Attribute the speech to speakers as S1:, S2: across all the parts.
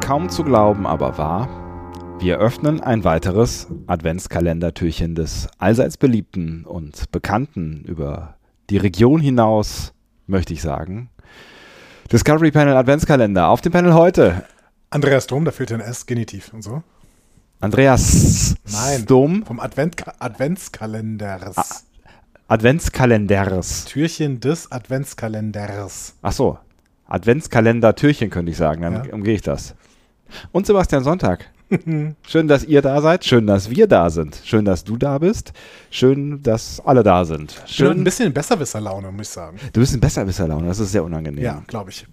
S1: kaum zu glauben, aber wahr. Wir öffnen ein weiteres Adventskalendertürchen des allseits beliebten und bekannten über die Region hinaus, möchte ich sagen. Discovery Panel Adventskalender. Auf dem Panel heute
S2: Andreas Dom, da fehlt ein S, Genitiv und so.
S1: Andreas
S2: Nein.
S1: Stum,
S2: Vom Advent Adventskalenders.
S1: Ah. Adventskalenders.
S2: Türchen des Adventskalenders.
S1: Ach so, Adventskalender-Türchen könnte ich sagen, dann
S2: Ja.
S1: umgehe ich das. Und Sebastian Sonntag. Schön, dass ihr da seid. Schön, dass wir da sind. Schön, dass du da bist. Schön, dass alle da sind.
S2: Ich bin heute ein
S1: Schön,
S2: bisschen in Besserwisser-Laune, muss ich sagen.
S1: du bist ein besserwisser Laune. Das ist sehr unangenehm.
S2: Ja, glaube ich.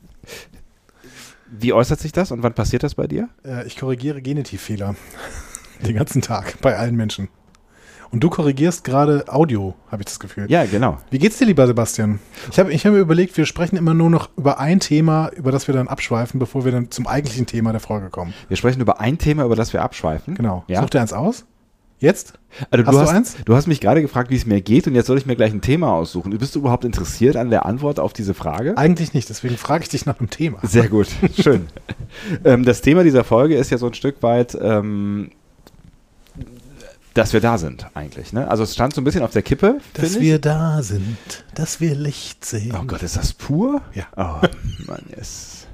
S1: Wie äußert sich das und wann passiert das bei dir?
S2: Äh, ich korrigiere Genitivfehler. Den ganzen Tag, bei allen Menschen. Und du korrigierst gerade Audio, habe ich das Gefühl.
S1: Ja, genau.
S2: Wie geht's dir, lieber Sebastian? Ich habe ich hab mir überlegt, wir sprechen immer nur noch über ein Thema, über das wir dann abschweifen, bevor wir dann zum eigentlichen Thema der Folge kommen.
S1: Wir sprechen über ein Thema, über das wir abschweifen.
S2: Genau.
S1: Ja?
S2: Such dir eins aus. Jetzt?
S1: Also
S2: Hast
S1: du,
S2: du
S1: hast,
S2: eins?
S1: du hast mich gerade gefragt, wie es mir geht und jetzt soll ich mir gleich ein Thema aussuchen. Bist du überhaupt interessiert an der Antwort auf diese Frage?
S2: Eigentlich nicht, deswegen frage ich dich nach dem Thema.
S1: Sehr gut, schön. ähm, das Thema dieser Folge ist ja so ein Stück weit, ähm, dass wir da sind eigentlich. Ne? Also es stand so ein bisschen auf der Kippe,
S2: Dass
S1: finde
S2: wir da sind, dass wir Licht sehen.
S1: ich. Oh Gott, ist das pur?
S2: Ja.
S1: Oh Mann, yes.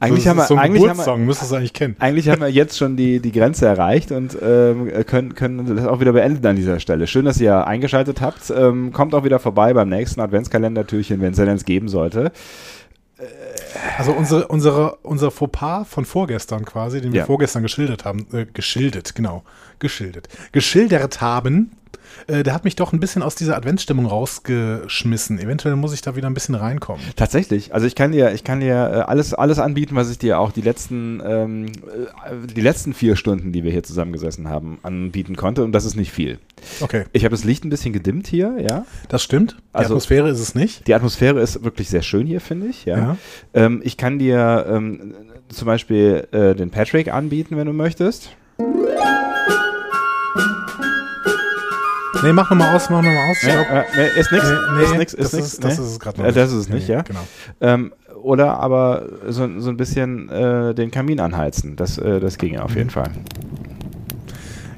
S1: Eigentlich haben, wir, eigentlich, haben wir,
S2: Geburtssong, müsstest du eigentlich kennen.
S1: eigentlich haben wir jetzt schon die, die Grenze erreicht und ähm, können, können das auch wieder beenden an dieser Stelle. Schön, dass ihr eingeschaltet habt. Ähm, kommt auch wieder vorbei beim nächsten Adventskalendertürchen, wenn es denn eins geben sollte.
S2: Also unsere, unsere, unser Fauxpas von vorgestern quasi, den wir
S1: Ja.
S2: vorgestern geschildert haben, äh, geschildert, genau, geschildert, geschildert haben, äh, der hat mich doch ein bisschen aus dieser Adventsstimmung rausgeschmissen. Eventuell muss ich da wieder ein bisschen reinkommen.
S1: Tatsächlich. Also ich kann dir, ich kann dir äh, alles, alles anbieten, was ich dir auch die letzten, ähm, äh, die letzten vier Stunden, die wir hier zusammengesessen haben, anbieten konnte. Und das ist nicht viel.
S2: Okay,
S1: Ich habe das Licht ein bisschen gedimmt hier, ja.
S2: das stimmt. Die
S1: Also-
S2: Atmosphäre ist es nicht.
S1: Die Atmosphäre ist wirklich sehr schön hier, finde ich. Ja.
S2: Ja.
S1: Ähm, ich kann dir ähm, zum Beispiel äh, den Patrick anbieten, wenn du möchtest.
S2: Nee, mach nochmal aus, mach nochmal aus. Ich glaub,
S1: Äh, nee, ist nix,
S2: Nee, nee,
S1: ist nix, ist
S2: das
S1: nix.
S2: ist- das
S1: nee.
S2: ist es grad noch
S1: Äh,
S2: nicht.
S1: Das ist es
S2: Nee,
S1: nicht,
S2: nee,
S1: ja.
S2: genau.
S1: Ähm, oder aber so, so ein bisschen äh, den Kamin anheizen. Das, äh, das ging auf
S2: Mhm.
S1: jeden Fall.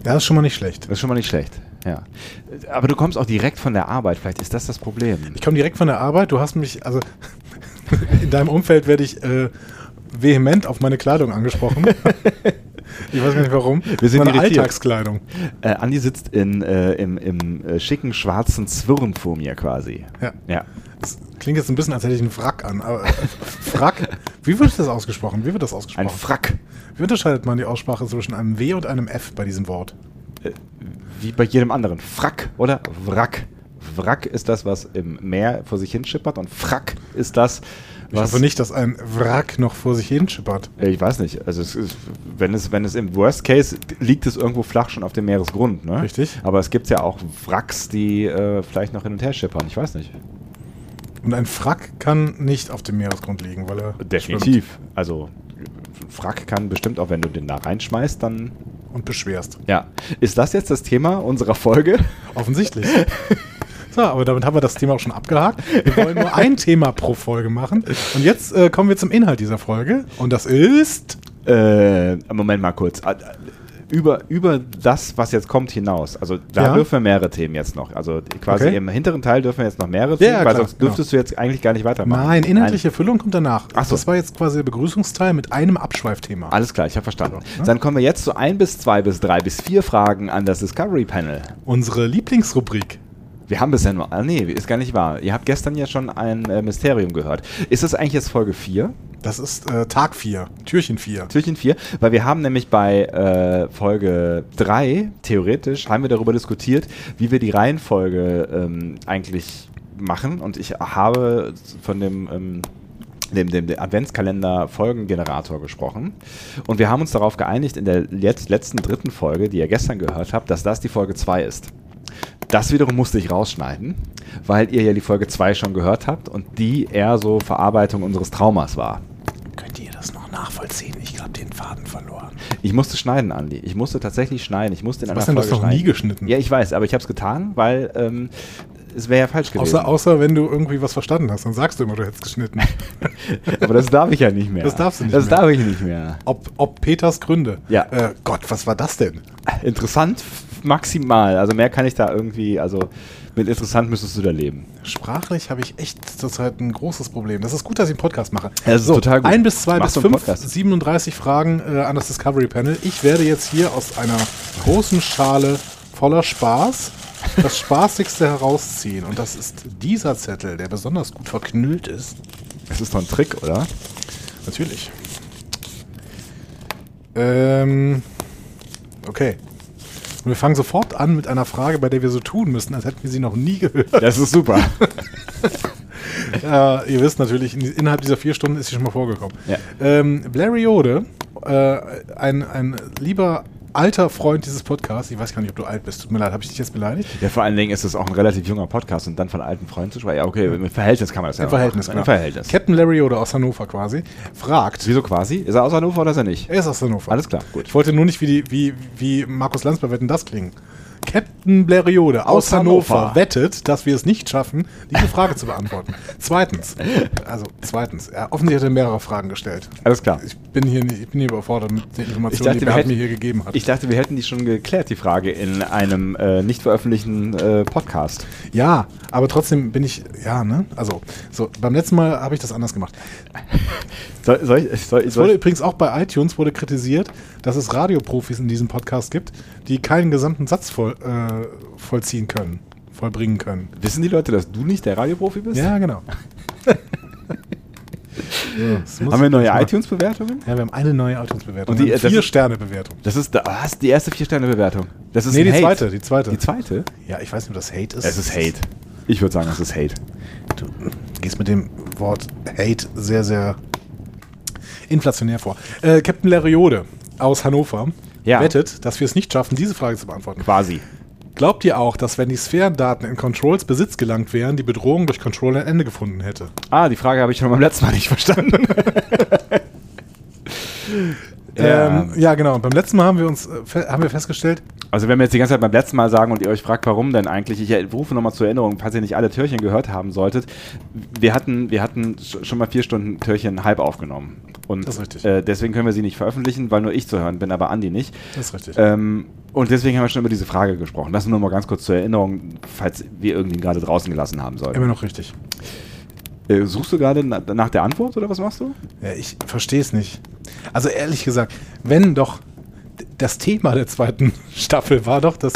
S2: Ja, ist schon mal nicht schlecht.
S1: Das ist schon mal nicht schlecht, ja. Aber du kommst auch direkt von der Arbeit, vielleicht ist das das Problem.
S2: Ich komme direkt von der Arbeit. Du hast mich, also in deinem Umfeld werde ich äh, vehement auf meine Kleidung angesprochen. ich weiß gar nicht warum.
S1: Wir sind
S2: meine
S1: irritiert.
S2: Alltagskleidung.
S1: Äh, Andi sitzt in, äh, im, im äh, schicken schwarzen Zwirn vor mir quasi.
S2: Ja.
S1: Ja.
S2: Das klingt jetzt ein bisschen, als hätte ich einen Wrack an. Aber äh, Wrack? Wie wird das ausgesprochen? Wie wird das
S1: Ein
S2: ausgesprochen?
S1: Frack.
S2: Wie unterscheidet man die Aussprache zwischen einem W und einem F bei diesem Wort?
S1: Wie bei jedem anderen. Frack oder Wrack. Wrack ist das, was im Meer vor sich hin schippert und Frack ist das,
S2: Ich
S1: was.
S2: hoffe nicht, dass ein Wrack noch vor sich hin schippert.
S1: Äh, Ich weiß nicht. Also es ist, wenn es, wenn es im Worst Case liegt es irgendwo flach schon auf dem Meeresgrund, ne?
S2: Richtig.
S1: Aber es gibt ja auch Wracks, die äh, vielleicht noch hin und her schippern. Ich weiß nicht.
S2: Und ein Wrack kann nicht auf dem Meeresgrund liegen, weil er.
S1: Definitiv. Also Frack kann bestimmt auch, wenn du den da reinschmeißt, dann.
S2: schwimmt Und beschwerst.
S1: Ja. Ist das jetzt das Thema unserer Folge?
S2: Offensichtlich. So, aber damit haben wir das Thema auch schon abgehakt. Wir wollen nur ein Thema pro Folge machen. Und jetzt äh, kommen wir zum Inhalt dieser Folge. Und das ist.
S1: Äh, Moment mal kurz. Ah, ah, Über, über das, was jetzt kommt, hinaus. Also da
S2: Ja.
S1: dürfen wir mehrere Themen jetzt noch. Also quasi
S2: Okay.
S1: im hinteren Teil dürfen wir jetzt noch mehrere
S2: Ja,
S1: Themen,
S2: ja,
S1: weil
S2: klar, Genau.
S1: sonst dürftest du jetzt eigentlich gar nicht weitermachen.
S2: Nein, inhaltliche Füllung kommt danach.
S1: Ach so.
S2: Das war jetzt quasi der Begrüßungsteil mit einem Abschweifthema.
S1: Alles klar, ich habe verstanden.
S2: ne?
S1: Dann kommen wir jetzt zu ein bis zwei bis drei bis vier Fragen an das Discovery Panel.
S2: Unsere Lieblingsrubrik.
S1: Wir haben bisher nur. Ah, nee, ist gar nicht wahr. Ihr habt gestern ja schon ein äh, Mysterium gehört. Ist das eigentlich jetzt Folge 4?
S2: Das ist äh, Tag 4, Türchen 4.
S1: Türchen 4? Weil wir haben nämlich bei äh, Folge 3, theoretisch, haben wir darüber diskutiert, wie wir die Reihenfolge ähm, eigentlich machen. Und ich habe von dem. Ähm, dem, dem, dem Adventskalender-Folgengenerator gesprochen. Und wir haben uns darauf geeinigt, in der jetzt, letzten dritten Folge, die ihr gestern gehört habt, dass das die Folge 2 ist. Das wiederum musste ich rausschneiden, weil ihr ja die Folge 2 schon gehört habt und die eher so Verarbeitung unseres Traumas war.
S2: Könnt ihr das noch nachvollziehen? Ich glaube, den Faden verloren.
S1: Ich musste schneiden, Andi. Ich musste tatsächlich schneiden. Ich musste in einer
S2: Sebastian, du
S1: Folge
S2: hast doch
S1: schneiden.
S2: nie geschnitten.
S1: Ja, ich weiß, aber ich habe es getan, weil ähm, es wäre ja falsch gewesen.
S2: Außer, außer wenn du irgendwie was verstanden hast, dann sagst du immer, du hättest geschnitten.
S1: Aber das darf ich ja nicht mehr.
S2: Das darfst du nicht
S1: Das
S2: mehr.
S1: darf ich nicht mehr.
S2: Ob, ob Peters Gründe.
S1: Ja.
S2: Äh, Gott, was war das denn?
S1: Interessant f- maximal. Also mehr kann ich da irgendwie, also mit interessant müsstest du da leben.
S2: Sprachlich habe ich echt zurzeit ein großes Problem. Das ist gut, dass ich einen Podcast mache.
S1: Ja, das ist total gut.
S2: Ein bis zwei
S1: Machst
S2: bis
S1: du einen
S2: fünf,
S1: Podcast?
S2: 37 Fragen äh, an das Discovery Panel. Ich werde jetzt hier aus einer großen Schale voller Spaß das Spaßigste herausziehen. Und das ist dieser Zettel, der besonders gut verknüllt ist.
S1: Das ist doch ein Trick, oder?
S2: Natürlich. Ähm, okay. Und wir fangen sofort an mit einer Frage, bei der wir so tun müssen, als hätten wir sie noch nie gehört.
S1: Das ist super.
S2: Äh, ihr wisst natürlich, in, innerhalb dieser vier Stunden ist sie schon mal vorgekommen.
S1: Ja.
S2: Ähm, Blariode, äh, ein, ein lieber alter Freund dieses Podcasts, ich weiß gar nicht, ob du alt bist, tut mir leid, habe ich dich jetzt beleidigt?
S1: ja, vor allen Dingen ist es auch ein relativ junger Podcast und dann von alten Freunden zu sprechen. Ja, okay, im Verhältnis kann man das ja
S2: Im Verhältnis,
S1: machen. ne? Im Verhältnis.
S2: Captain Lariode aus Hannover quasi, fragt,
S1: Wieso quasi? Ist er aus Hannover oder ist er nicht?
S2: er ist aus Hannover.
S1: Alles klar, gut.
S2: Ich wollte nur nicht, wie, die, wie, wie Markus Lanz bei Wetten das klingen. Captain Blériode
S1: Aus
S2: aus Hannover,
S1: Hannover.
S2: wettet, dass wir es nicht schaffen, diese Frage zu beantworten. Zweitens, also zweitens, er offensichtlich hat er mehrere Fragen gestellt.
S1: Alles klar.
S2: Ich bin hier, nicht- ich bin hier überfordert mit den
S1: Ich
S2: Informationen,
S1: dachte, wir
S2: die Bernd
S1: hätten-
S2: mir hier gegeben hat.
S1: Ich dachte, wir hätten die schon geklärt, die Frage, in einem äh, nicht veröffentlichten äh, Podcast.
S2: ja, aber trotzdem bin ich, ja, ne? Also, so, beim letzten Mal habe ich das anders gemacht.
S1: Soll, soll ich, soll, ich-
S2: Es wurde
S1: soll, ich-
S2: übrigens auch bei iTunes wurde kritisiert, dass es Radioprofis in diesem Podcast gibt, die keinen gesamten Satz voll, äh, vollziehen können, vollbringen können.
S1: wissen die Leute, dass du nicht der Radioprofi bist?
S2: Ja, genau.
S1: Haben wir neue iTunes-Bewertungen?
S2: Ja, wir haben eine neue iTunes-Bewertung.
S1: Und die-
S2: Wir haben
S1: das
S2: vier
S1: ist-
S2: Sterne-Bewertung.
S1: Das ist da- was, die erste Vier-Sterne-Bewertung. Das ist
S2: Nee,
S1: ein
S2: die
S1: Hate.
S2: zweite, die zweite.
S1: Die zweite?
S2: Ja, ich weiß nicht, ob das Hate ist.
S1: Es ist Hate. Ich würde sagen, es ist Hate.
S2: Du gehst mit dem Wort Hate sehr, sehr inflationär vor. Äh, Captain Leriode aus Hannover
S1: Ja.
S2: wettet, dass wir es nicht schaffen, diese Frage zu beantworten.
S1: Quasi.
S2: Glaubt ihr auch, dass wenn die Sphärendaten in Controls Besitz gelangt wären, die Bedrohung durch Control ein Ende gefunden hätte?
S1: Ah, die Frage habe ich schon beim letzten Mal nicht verstanden. Ja.
S2: Ähm, ja genau. Und beim letzten Mal haben wir uns äh, fe- haben wir festgestellt,
S1: Also wenn wir jetzt die ganze Zeit beim letzten Mal sagen und ihr euch fragt, warum denn eigentlich, ich rufe nochmal zur Erinnerung, falls ihr nicht alle Türchen gehört haben solltet, wir hatten, wir hatten sch- schon mal vier Stunden Türchen halb aufgenommen. Und
S2: Das ist richtig.
S1: Äh, deswegen können wir sie nicht veröffentlichen, weil nur ich zu hören bin, aber Andi nicht.
S2: Das ist richtig.
S1: Ähm, und deswegen haben wir schon über diese Frage gesprochen. Das nur mal ganz kurz zur Erinnerung, falls wir irgendwen gerade draußen gelassen haben sollten.
S2: immer noch richtig.
S1: Äh, suchst du gerade na nach der Antwort oder was machst du?
S2: Ja, ich verstehe es nicht. Also ehrlich gesagt, wenn doch d- das Thema der zweiten Staffel war doch, dass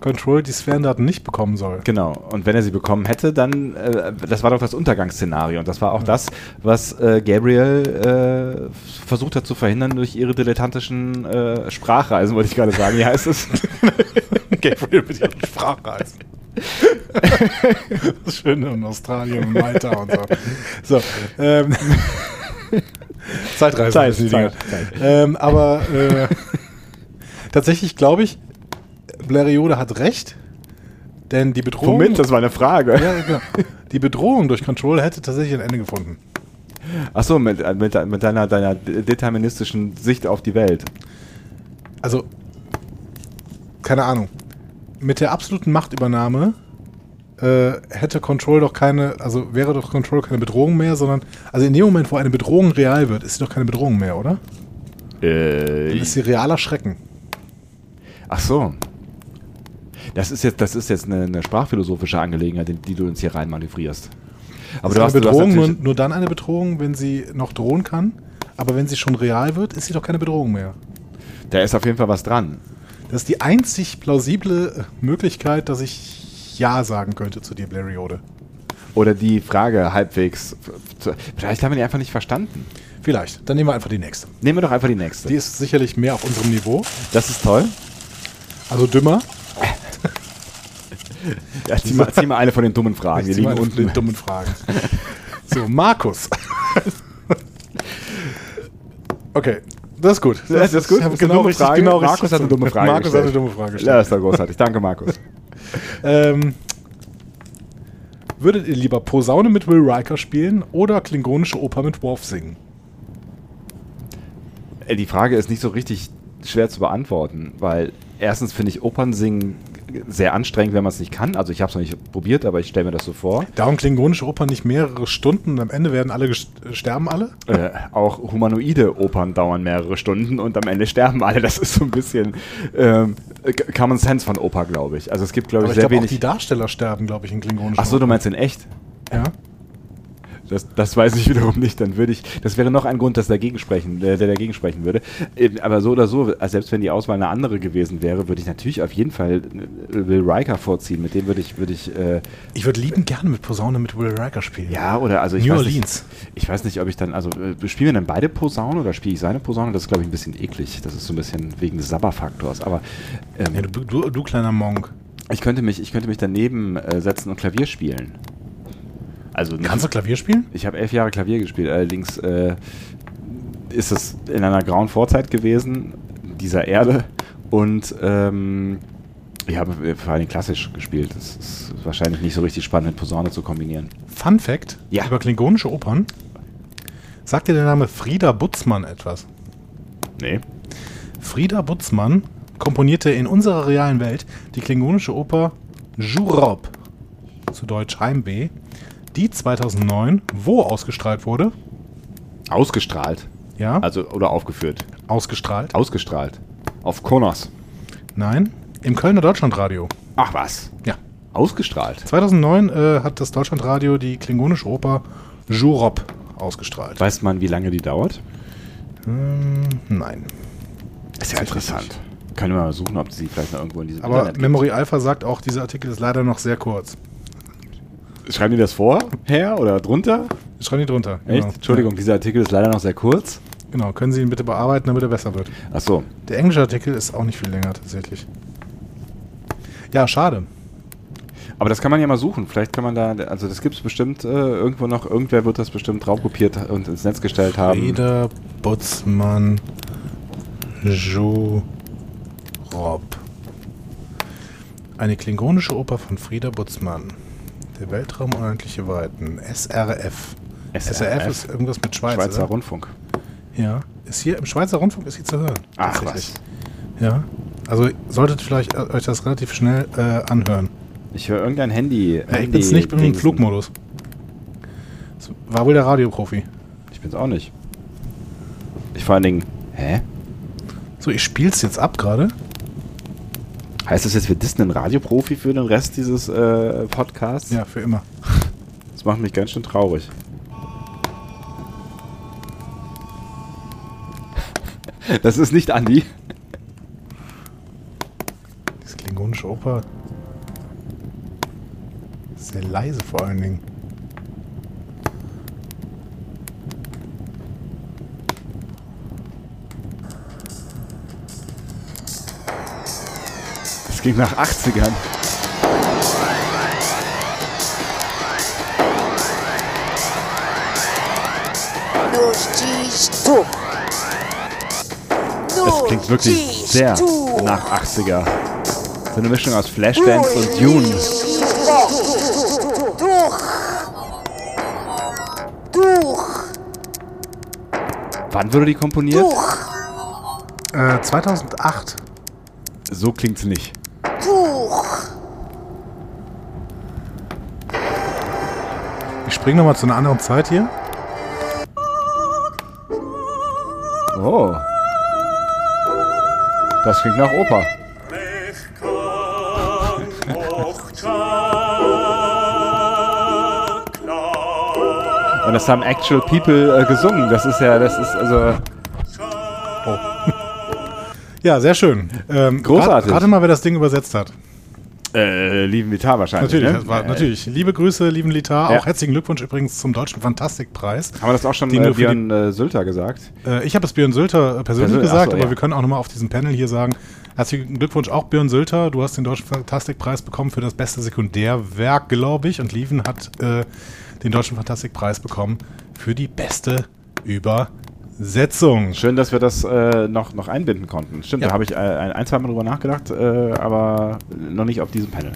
S2: Control die Sphärendaten nicht bekommen soll.
S1: Genau. Und wenn er sie bekommen hätte, dann, äh, das war doch das Untergangsszenario. Und das war auch
S2: Mhm.
S1: das, was äh, Gabriel äh, versucht hat zu verhindern durch ihre dilettantischen äh, Sprachreisen, wollte ich gerade sagen. Wie heißt es?
S2: Gabriel mit ihren Sprachreisen. das Schöne in Australien und Malta und so. So, ähm, Zeitreisen.
S1: Zeit,
S2: heißen die
S1: Zeit,
S2: Dinger. Ähm, aber äh, tatsächlich glaube ich, Blériode hat recht, denn die Bedrohung...
S1: das war eine Frage.
S2: Oh. ja, genau. Die Bedrohung durch Control hätte tatsächlich ein Ende gefunden.
S1: Achso, mit, äh, mit, de- mit deiner, deiner de- deterministischen Sicht auf die Welt.
S2: Also, keine Ahnung. Mit der absoluten Machtübernahme äh, hätte Control doch keine, also wäre doch Control keine Bedrohung mehr, sondern, also in dem Moment, wo eine Bedrohung real wird, ist sie doch keine Bedrohung mehr, oder? Dann
S1: Äh,
S2: ist sie realer Schrecken.
S1: ach so. Das ist jetzt, das ist jetzt eine, eine sprachphilosophische Angelegenheit, die, die du uns hier reinmanövrierst. Aber
S2: ist eine Bedrohung nur,
S1: natürlich-
S2: nur dann eine Bedrohung, wenn sie noch drohen kann, aber wenn sie schon real wird, ist sie doch keine Bedrohung mehr.
S1: da ist auf jeden Fall was dran.
S2: Das ist die einzig plausible Möglichkeit, dass ich Ja sagen könnte zu dir, Blériode.
S1: Oder die Frage halbwegs. f- zu- Vielleicht haben wir die einfach nicht verstanden.
S2: Vielleicht. Dann nehmen wir einfach die nächste.
S1: Nehmen wir doch einfach die nächste.
S2: Die ist sicherlich mehr auf unserem Niveau,
S1: das ist toll.
S2: also dümmer.
S1: Ja, zieh, mal, zieh mal eine von den dummen Fragen.
S2: Wir
S1: Die liegen
S2: liegen unten
S1: unten.
S2: in dummen Fragen. So, Markus. Okay, das ist gut.
S1: Das ist gut.
S2: ich hab
S1: Das ist
S2: genau
S1: eine dumme
S2: richtig,
S1: Frage.
S2: genau
S1: Markus
S2: richtig
S1: hat eine dumme Frage
S2: Markus hat eine
S1: gestellt.
S2: dumme Frage
S1: Ja,
S2: gestellt.
S1: ist doch großartig. Danke, Markus.
S2: Ähm, würdet ihr lieber Posaune mit Will Riker spielen oder klingonische Oper mit Worf singen?
S1: Äh, Die Frage ist nicht so richtig schwer zu beantworten, weil erstens finde ich Opernsingen sehr anstrengend, wenn man es nicht kann. Also ich habe es noch nicht probiert, aber ich stelle mir das so vor.
S2: Darum klingonische Opern nicht mehrere Stunden und am Ende werden alle gest- äh, sterben alle?
S1: Äh, auch humanoide Opern dauern mehrere Stunden und am Ende sterben alle. Das ist so ein bisschen ähm, K- Common Sense von Oper, glaube ich. Also es gibt, glaube
S2: Aber
S1: ich,
S2: ich
S1: sehr
S2: glaube auch die
S1: wenig.
S2: Darsteller sterben, glaube ich, in klingonischen
S1: Achso, du meinst in echt?
S2: Ja.
S1: Das, das weiß ich wiederum nicht. Dann würde ich, das wäre noch ein Grund, dass dagegen sprechen, der, der dagegen sprechen würde. Ähm, Aber so oder so, also selbst wenn die Auswahl eine andere gewesen wäre, würde ich natürlich auf jeden Fall äh, Will Riker vorziehen. Mit dem würde ich, würde ich, äh,
S2: Ich würde liebend gerne mit Posaune mit Will Riker spielen.
S1: ja oder also ich
S2: New
S1: weiß
S2: Orleans.
S1: Nicht, ich weiß nicht, ob ich dann, also äh, spielen wir dann beide Posaune oder spiele ich seine Posaune? Das ist glaube ich ein bisschen eklig. Das ist so ein bisschen wegen des Sabberfaktors. Aber ähm,
S2: Ja, du, du, du kleiner Monk.
S1: ich könnte mich, ich könnte mich daneben äh, setzen und Klavier spielen. Also
S2: Kannst du Klavier spielen?
S1: Ich habe elf Jahre Klavier gespielt, allerdings äh, ist es in einer grauen Vorzeit gewesen, dieser Erde. Und ähm, ich habe vor allem klassisch gespielt. Das ist wahrscheinlich nicht so richtig spannend, mit Posaune zu kombinieren.
S2: Fun Fact
S1: Ja.
S2: über klingonische Opern. Sagt dir der Name Frieda Butzmann etwas?
S1: Nee.
S2: Frieda Butzmann komponierte in unserer realen Welt die klingonische Oper Jurob, zu Deutsch Heimweh, die 2009 wo ausgestrahlt wurde?
S1: Ausgestrahlt.
S2: Ja,
S1: Also, oder aufgeführt.
S2: ausgestrahlt.
S1: Ausgestrahlt. Auf Konos.
S2: Nein, im Kölner Deutschlandradio.
S1: Ach was.
S2: Ja,
S1: Ausgestrahlt.
S2: 2009 äh, hat das Deutschlandradio die klingonische Oper Jurob ausgestrahlt.
S1: Weiß man, wie lange die dauert?
S2: Ähm, nein.
S1: Ist ja interessant. Können wir mal suchen, ob sie vielleicht noch irgendwo in diesem
S2: Aber
S1: Internet
S2: Memory Alpha sagt auch, dieser Artikel ist leider noch sehr kurz.
S1: Schreiben die das vor? Her oder drunter?
S2: Schreiben die drunter.
S1: Echt?
S2: Genau.
S1: Entschuldigung, dieser Artikel ist leider noch sehr kurz.
S2: Genau, können Sie ihn bitte bearbeiten, damit er besser wird.
S1: Ach so.
S2: Der englische Artikel ist auch nicht viel länger tatsächlich. Ja, schade.
S1: Aber das kann man ja mal suchen. Vielleicht kann man da, also das gibt es bestimmt äh, irgendwo noch. Irgendwer wird das bestimmt draufkopiert und ins Netz gestellt haben.
S2: Frieda Butzmann Jurob. Eine klingonische Oper von Frieda Butzmann. Der Weltraum unendliche Weiten. SRF. SRF, ist irgendwas mit Schweiz.
S1: Schweizer
S2: oder?
S1: Rundfunk.
S2: Ja. Ist hier im Schweizer Rundfunk ist sie zu hören.
S1: Ach
S2: Tatsächlich.
S1: was.
S2: Ja. Also solltet vielleicht äh, euch das relativ schnell äh, anhören.
S1: Ich höre irgendein Handy.
S2: Ja, ich bin's nicht, bin im
S1: Dingsen.
S2: Flugmodus. Das war wohl der Radioprofi.
S1: Ich bin's auch nicht. Ich vor allen Dingen. Hä?
S2: So, ich spiel's jetzt ab gerade.
S1: Heißt das jetzt, wir dissen einen Radioprofi für den Rest dieses äh, Podcasts?
S2: Ja, für immer.
S1: Das macht mich ganz schön traurig. Das ist nicht Andi.
S2: Das klingonische Oper. Sehr leise vor allen Dingen.
S1: Das ging nach 80ern.
S3: Los dies du.
S1: Das klingt wirklich sehr nach 80er. So eine Mischung aus Flashdance und Dune.
S3: Durch. Durch.
S1: Wann wurde die komponiert?
S3: Durch.
S2: Äh, 2008.
S1: So klingt's nicht.
S3: Durch.
S2: Ich springe nochmal zu einer anderen Zeit hier.
S1: Oh. Das klingt nach Oper. Und das haben actual people äh, gesungen. Das ist ja, das ist also Oh.
S2: Ja, sehr schön. Ähm,
S1: Großartig.
S2: Rate mal, wer das Ding übersetzt hat.
S1: äh, lieben Vitar wahrscheinlich.
S2: Natürlich,
S1: ne?
S2: das war, natürlich. Liebe Grüße, lieben Litar.
S1: Ja.
S2: Auch herzlichen Glückwunsch übrigens zum Deutschen Fantastikpreis.
S1: Haben wir das auch schon
S2: Den
S1: äh,
S2: du für
S1: Björn äh, Sülter gesagt?
S2: Äh, ich habe es Björn Sülter äh, persönlich
S1: Persönlich,
S2: gesagt,
S1: ach so,
S2: aber
S1: ja.
S2: wir können auch nochmal auf diesem Panel hier sagen, herzlichen Glückwunsch auch Björn Sülter, du hast den Deutschen Fantastikpreis bekommen für das beste Sekundärwerk, glaube ich, und Lieven hat äh, den Deutschen Fantastikpreis bekommen für die beste Übersetzung.
S1: Schön, dass wir das äh, noch, noch einbinden konnten. Stimmt,
S2: Ja.
S1: da habe ich äh, ein, ein, zwei Mal drüber nachgedacht, äh, aber noch nicht auf diesem Panel.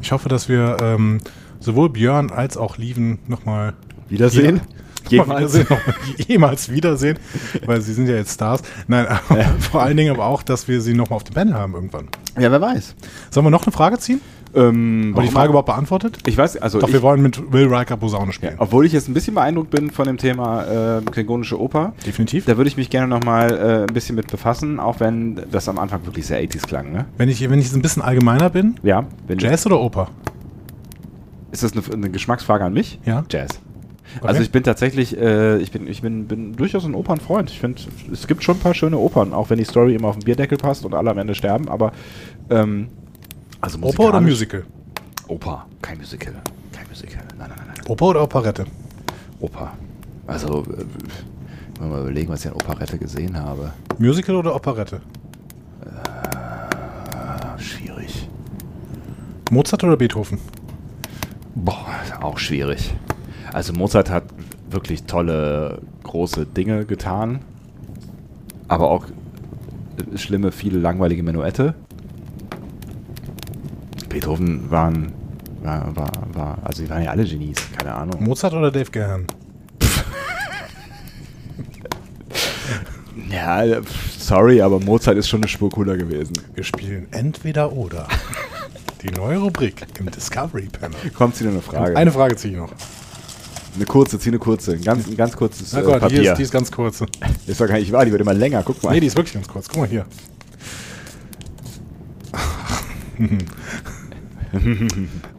S2: Ich hoffe, dass wir ähm, sowohl Björn als auch Lieven nochmal
S1: Wiedersehen.
S2: jemals, jemals wiedersehen, weil sie sind ja jetzt Stars. Nein, aber vor allen Dingen aber auch, dass wir sie nochmal auf dem Panel haben irgendwann.
S1: Ja, wer weiß.
S2: Sollen wir noch eine Frage ziehen?
S1: Ähm,
S2: Haben wir die
S1: warum-
S2: Frage überhaupt beantwortet?
S1: Ich weiß, also
S2: Doch,
S1: ich,
S2: wir wollen mit Will Riker Posaune
S1: ja,
S2: spielen.
S1: obwohl ich jetzt ein bisschen beeindruckt bin von dem Thema äh, klingonische Oper,
S2: Definitiv.
S1: da würde ich mich gerne nochmal äh, ein bisschen mit befassen, auch wenn das am Anfang wirklich sehr 80s klang, ne?
S2: Wenn ich, wenn ich jetzt ein bisschen allgemeiner bin,
S1: Ja, wenn du-
S2: Jazz oder Oper?
S1: Ist das eine, eine Geschmacksfrage an mich?
S2: Ja.
S1: Jazz.
S2: Okay.
S1: Also ich bin tatsächlich, äh, ich bin, ich bin, bin durchaus ein Opernfreund. Ich finde, es gibt schon ein paar schöne Opern, auch wenn die Story immer auf den Bierdeckel passt und alle am Ende sterben, aber ähm, also
S2: Oper oder
S1: musikalisch-
S2: Musical?
S1: Oper, kein Musical. Kein Musical. Nein, nein, nein, nein.
S2: Oper oder Operette?
S1: Oper. Also, äh, wenn wir mal überlegen, was ich an Operette gesehen habe.
S2: Musical oder Operette?
S1: Ah, schwierig.
S2: Mozart oder Beethoven?
S1: Boah, auch schwierig. Also Mozart hat wirklich tolle, große Dinge getan, aber auch äh, schlimme, viele langweilige Menuette. Beethoven waren, war, war, war, also die waren ja alle Genies, keine Ahnung.
S2: Mozart oder Dave Gahan?
S1: Ja, äh, pf, sorry, aber Mozart ist schon eine Spur cooler gewesen.
S2: Wir spielen entweder oder. Die neue Rubrik im Discovery Panel.
S1: Kommt sie nur eine Frage?
S2: Eine Frage ziehe ich noch.
S1: Eine kurze, zieh eine kurze, ein ganz, ein ganz kurzes
S2: Na
S1: äh,
S2: Gott,
S1: Papier.
S2: die ist, die ist ganz kurz. Nee,
S1: Ist doch gar nicht wahr, die wird immer länger, guck mal.
S2: die ist wirklich ganz kurz. Guck mal hier.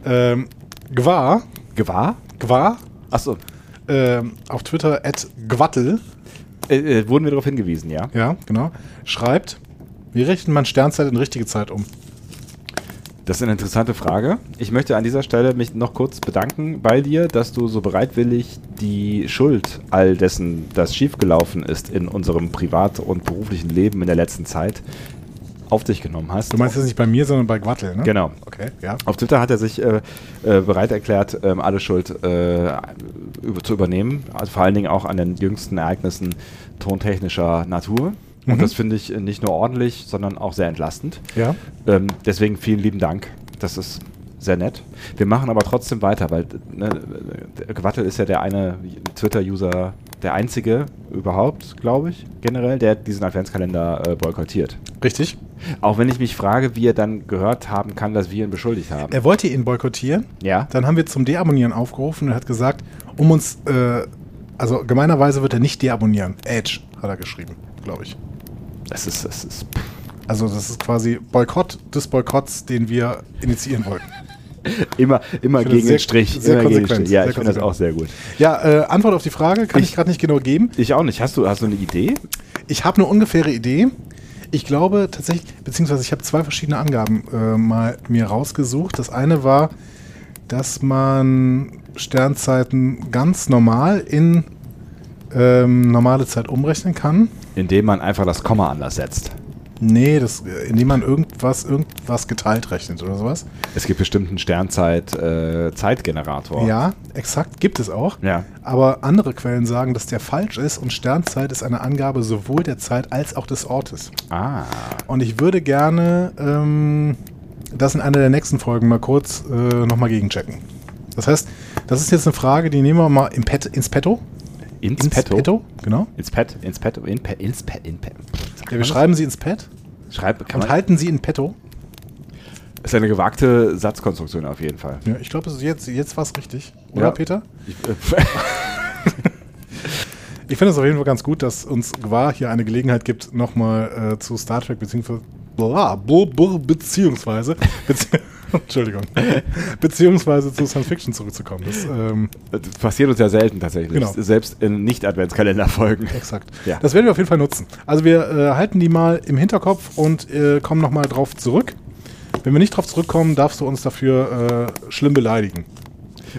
S2: ähm, Gwa,
S1: Gewahr?
S2: Gwa,
S1: Achso,
S2: ähm, auf Twitter at Gwattel,
S1: äh, äh, wurden wir darauf hingewiesen, ja?
S2: ja, genau, schreibt, wie richtet man Sternzeit in richtige Zeit um?
S1: Das ist eine interessante Frage. Ich möchte an dieser Stelle mich noch kurz bedanken bei dir, dass du so bereitwillig die Schuld all dessen, das schiefgelaufen ist in unserem privat- und beruflichen Leben in der letzten Zeit, auf dich genommen hast.
S2: Du meinst jetzt nicht bei mir, sondern bei Gwattel, ne?
S1: Genau.
S2: Okay, ja.
S1: Auf Twitter hat er sich äh, äh, bereit erklärt, ähm, alle Schuld äh, über, zu übernehmen. Also vor allen Dingen auch an den jüngsten Ereignissen tontechnischer Natur.
S2: Mhm.
S1: Und das finde ich äh, nicht nur ordentlich, sondern auch sehr entlastend.
S2: Ja.
S1: Ähm, deswegen vielen lieben Dank. Das ist sehr nett. Wir machen aber trotzdem weiter, weil ne, Gewattel ist ja der eine Twitter-User, der einzige überhaupt, glaube ich, generell, der diesen Adventskalender äh, boykottiert.
S2: Richtig.
S1: Auch wenn ich mich frage, wie er dann gehört haben kann, dass wir ihn beschuldigt haben.
S2: Er wollte ihn boykottieren.
S1: Ja.
S2: Dann haben wir zum Deabonnieren aufgerufen und er hat gesagt, um uns, äh, also gemeinerweise wird er nicht deabonnieren. Edge hat er geschrieben, glaube ich.
S1: Das ist, das ist.
S2: Also das ist quasi Boykott des Boykotts, den wir initiieren wollten.
S1: Immer, immer
S2: finde das
S1: gegen den
S2: sehr-
S1: Strich.
S2: sehr
S1: immer gegen den
S2: konsequent,
S1: Strich. Ja,
S2: sehr
S1: ich finde das
S2: konsequent.
S1: auch sehr gut.
S2: Ja, äh, Antwort auf die Frage kann ich,
S1: Ich-
S2: gerade nicht genau geben.
S1: Ich auch nicht. Hast du, hast du eine Idee?
S2: Ich habe eine ungefähre Idee. Ich glaube tatsächlich, beziehungsweise ich habe zwei verschiedene Angaben äh, mal mir rausgesucht. Das eine war, dass man Sternzeiten ganz normal in ähm, normale Zeit umrechnen kann.
S1: Indem man einfach das Komma anders setzt.
S2: Nee, das, äh, indem man irgendwas, irgendwas geteilt rechnet oder sowas.
S1: Es gibt bestimmt einen äh, Sternzeit-Zeitgenerator.
S2: Ja, exakt, gibt es auch.
S1: Ja.
S2: Aber andere Quellen sagen, dass der falsch ist und Sternzeit ist eine Angabe sowohl der Zeit als auch des Ortes.
S1: Ah.
S2: Und ich würde gerne ähm, das in einer der nächsten Folgen mal kurz äh, nochmal gegenchecken. Das heißt, das ist jetzt eine Frage, die nehmen wir mal im Pet, ins Petto.
S1: Ins, Petto?
S2: Genau.
S1: Ins Pet, ins Petto, in Pe, ins Pet, in Pet. Sagt
S2: Ja,
S1: man
S2: wir
S1: das?
S2: schreiben sie ins Pet
S1: Schreib, kann
S2: und halt.
S1: man,
S2: halten sie in Petto.
S1: ist eine gewagte Satzkonstruktion auf jeden Fall.
S2: Ja, ich glaube, es ist jetzt, jetzt war es richtig. Oder,
S1: Ja.
S2: Peter?
S1: Ich, äh,
S2: Ich finde es auf jeden Fall ganz gut, dass uns Gwar hier eine Gelegenheit gibt, nochmal äh, zu Star Trek beziehungsweise bla, bo, bo, beziehungsweise bezieh Entschuldigung. Beziehungsweise zu Science Fiction zurückzukommen. Das, ähm,
S1: das passiert uns ja selten tatsächlich.
S2: Genau.
S1: Selbst in Nicht-Adventskalender-Folgen.
S2: exakt.
S1: Ja.
S2: Das werden wir auf jeden Fall nutzen. Also wir äh, halten die mal im Hinterkopf und äh, kommen nochmal drauf zurück. Wenn wir nicht drauf zurückkommen, darfst du uns dafür äh, schlimm beleidigen.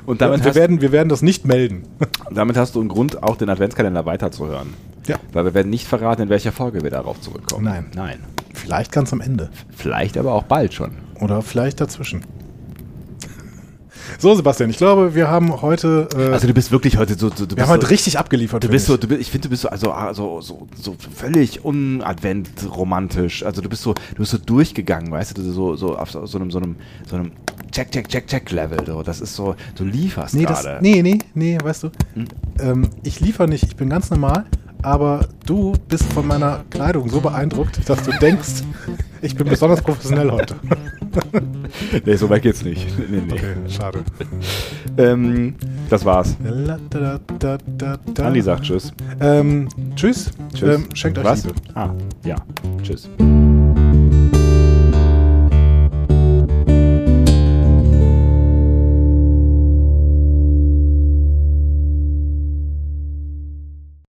S1: Und damit,
S2: und wir,
S1: hast,
S2: werden, wir werden das nicht melden.
S1: damit hast du einen Grund, auch den Adventskalender weiterzuhören.
S2: ja.
S1: Weil wir werden nicht verraten, in welcher Folge wir darauf zurückkommen.
S2: Nein.
S1: Nein.
S2: Vielleicht ganz am Ende.
S1: Vielleicht aber auch bald schon.
S2: Oder vielleicht dazwischen. So, Sebastian, ich glaube, wir haben heute. Äh,
S1: Also du bist wirklich heute so, so du
S2: wir
S1: bist
S2: haben heute
S1: so,
S2: richtig abgeliefert.
S1: du bist so, du
S2: finde
S1: bist, ich finde, du bist so, also, ah, so, so, so völlig unadventromantisch. Also du bist so, du bist so durchgegangen, weißt du, so, so auf so, so einem, so einem, so einem Check, Check, Check, Check Level. So. Das ist so, du lieferst
S2: ich. nee, das,
S1: gerade. Hm?
S2: nee, nee, nee, weißt du. Ähm, ich liefere nicht, ich bin ganz normal, aber du bist von meiner Kleidung so beeindruckt, dass du denkst, Ich bin besonders professionell heute.
S1: Nee, so weit geht's nicht. Nee, nee.
S2: Okay, schade.
S1: Ähm, das war's. Andi
S2: Andi
S1: sagt Tschüss.
S2: Ähm, tschüss.
S1: Tschüss.
S2: Ähm, schenkt euch
S1: Was?
S2: Liebe.
S1: Ah, ja. Tschüss.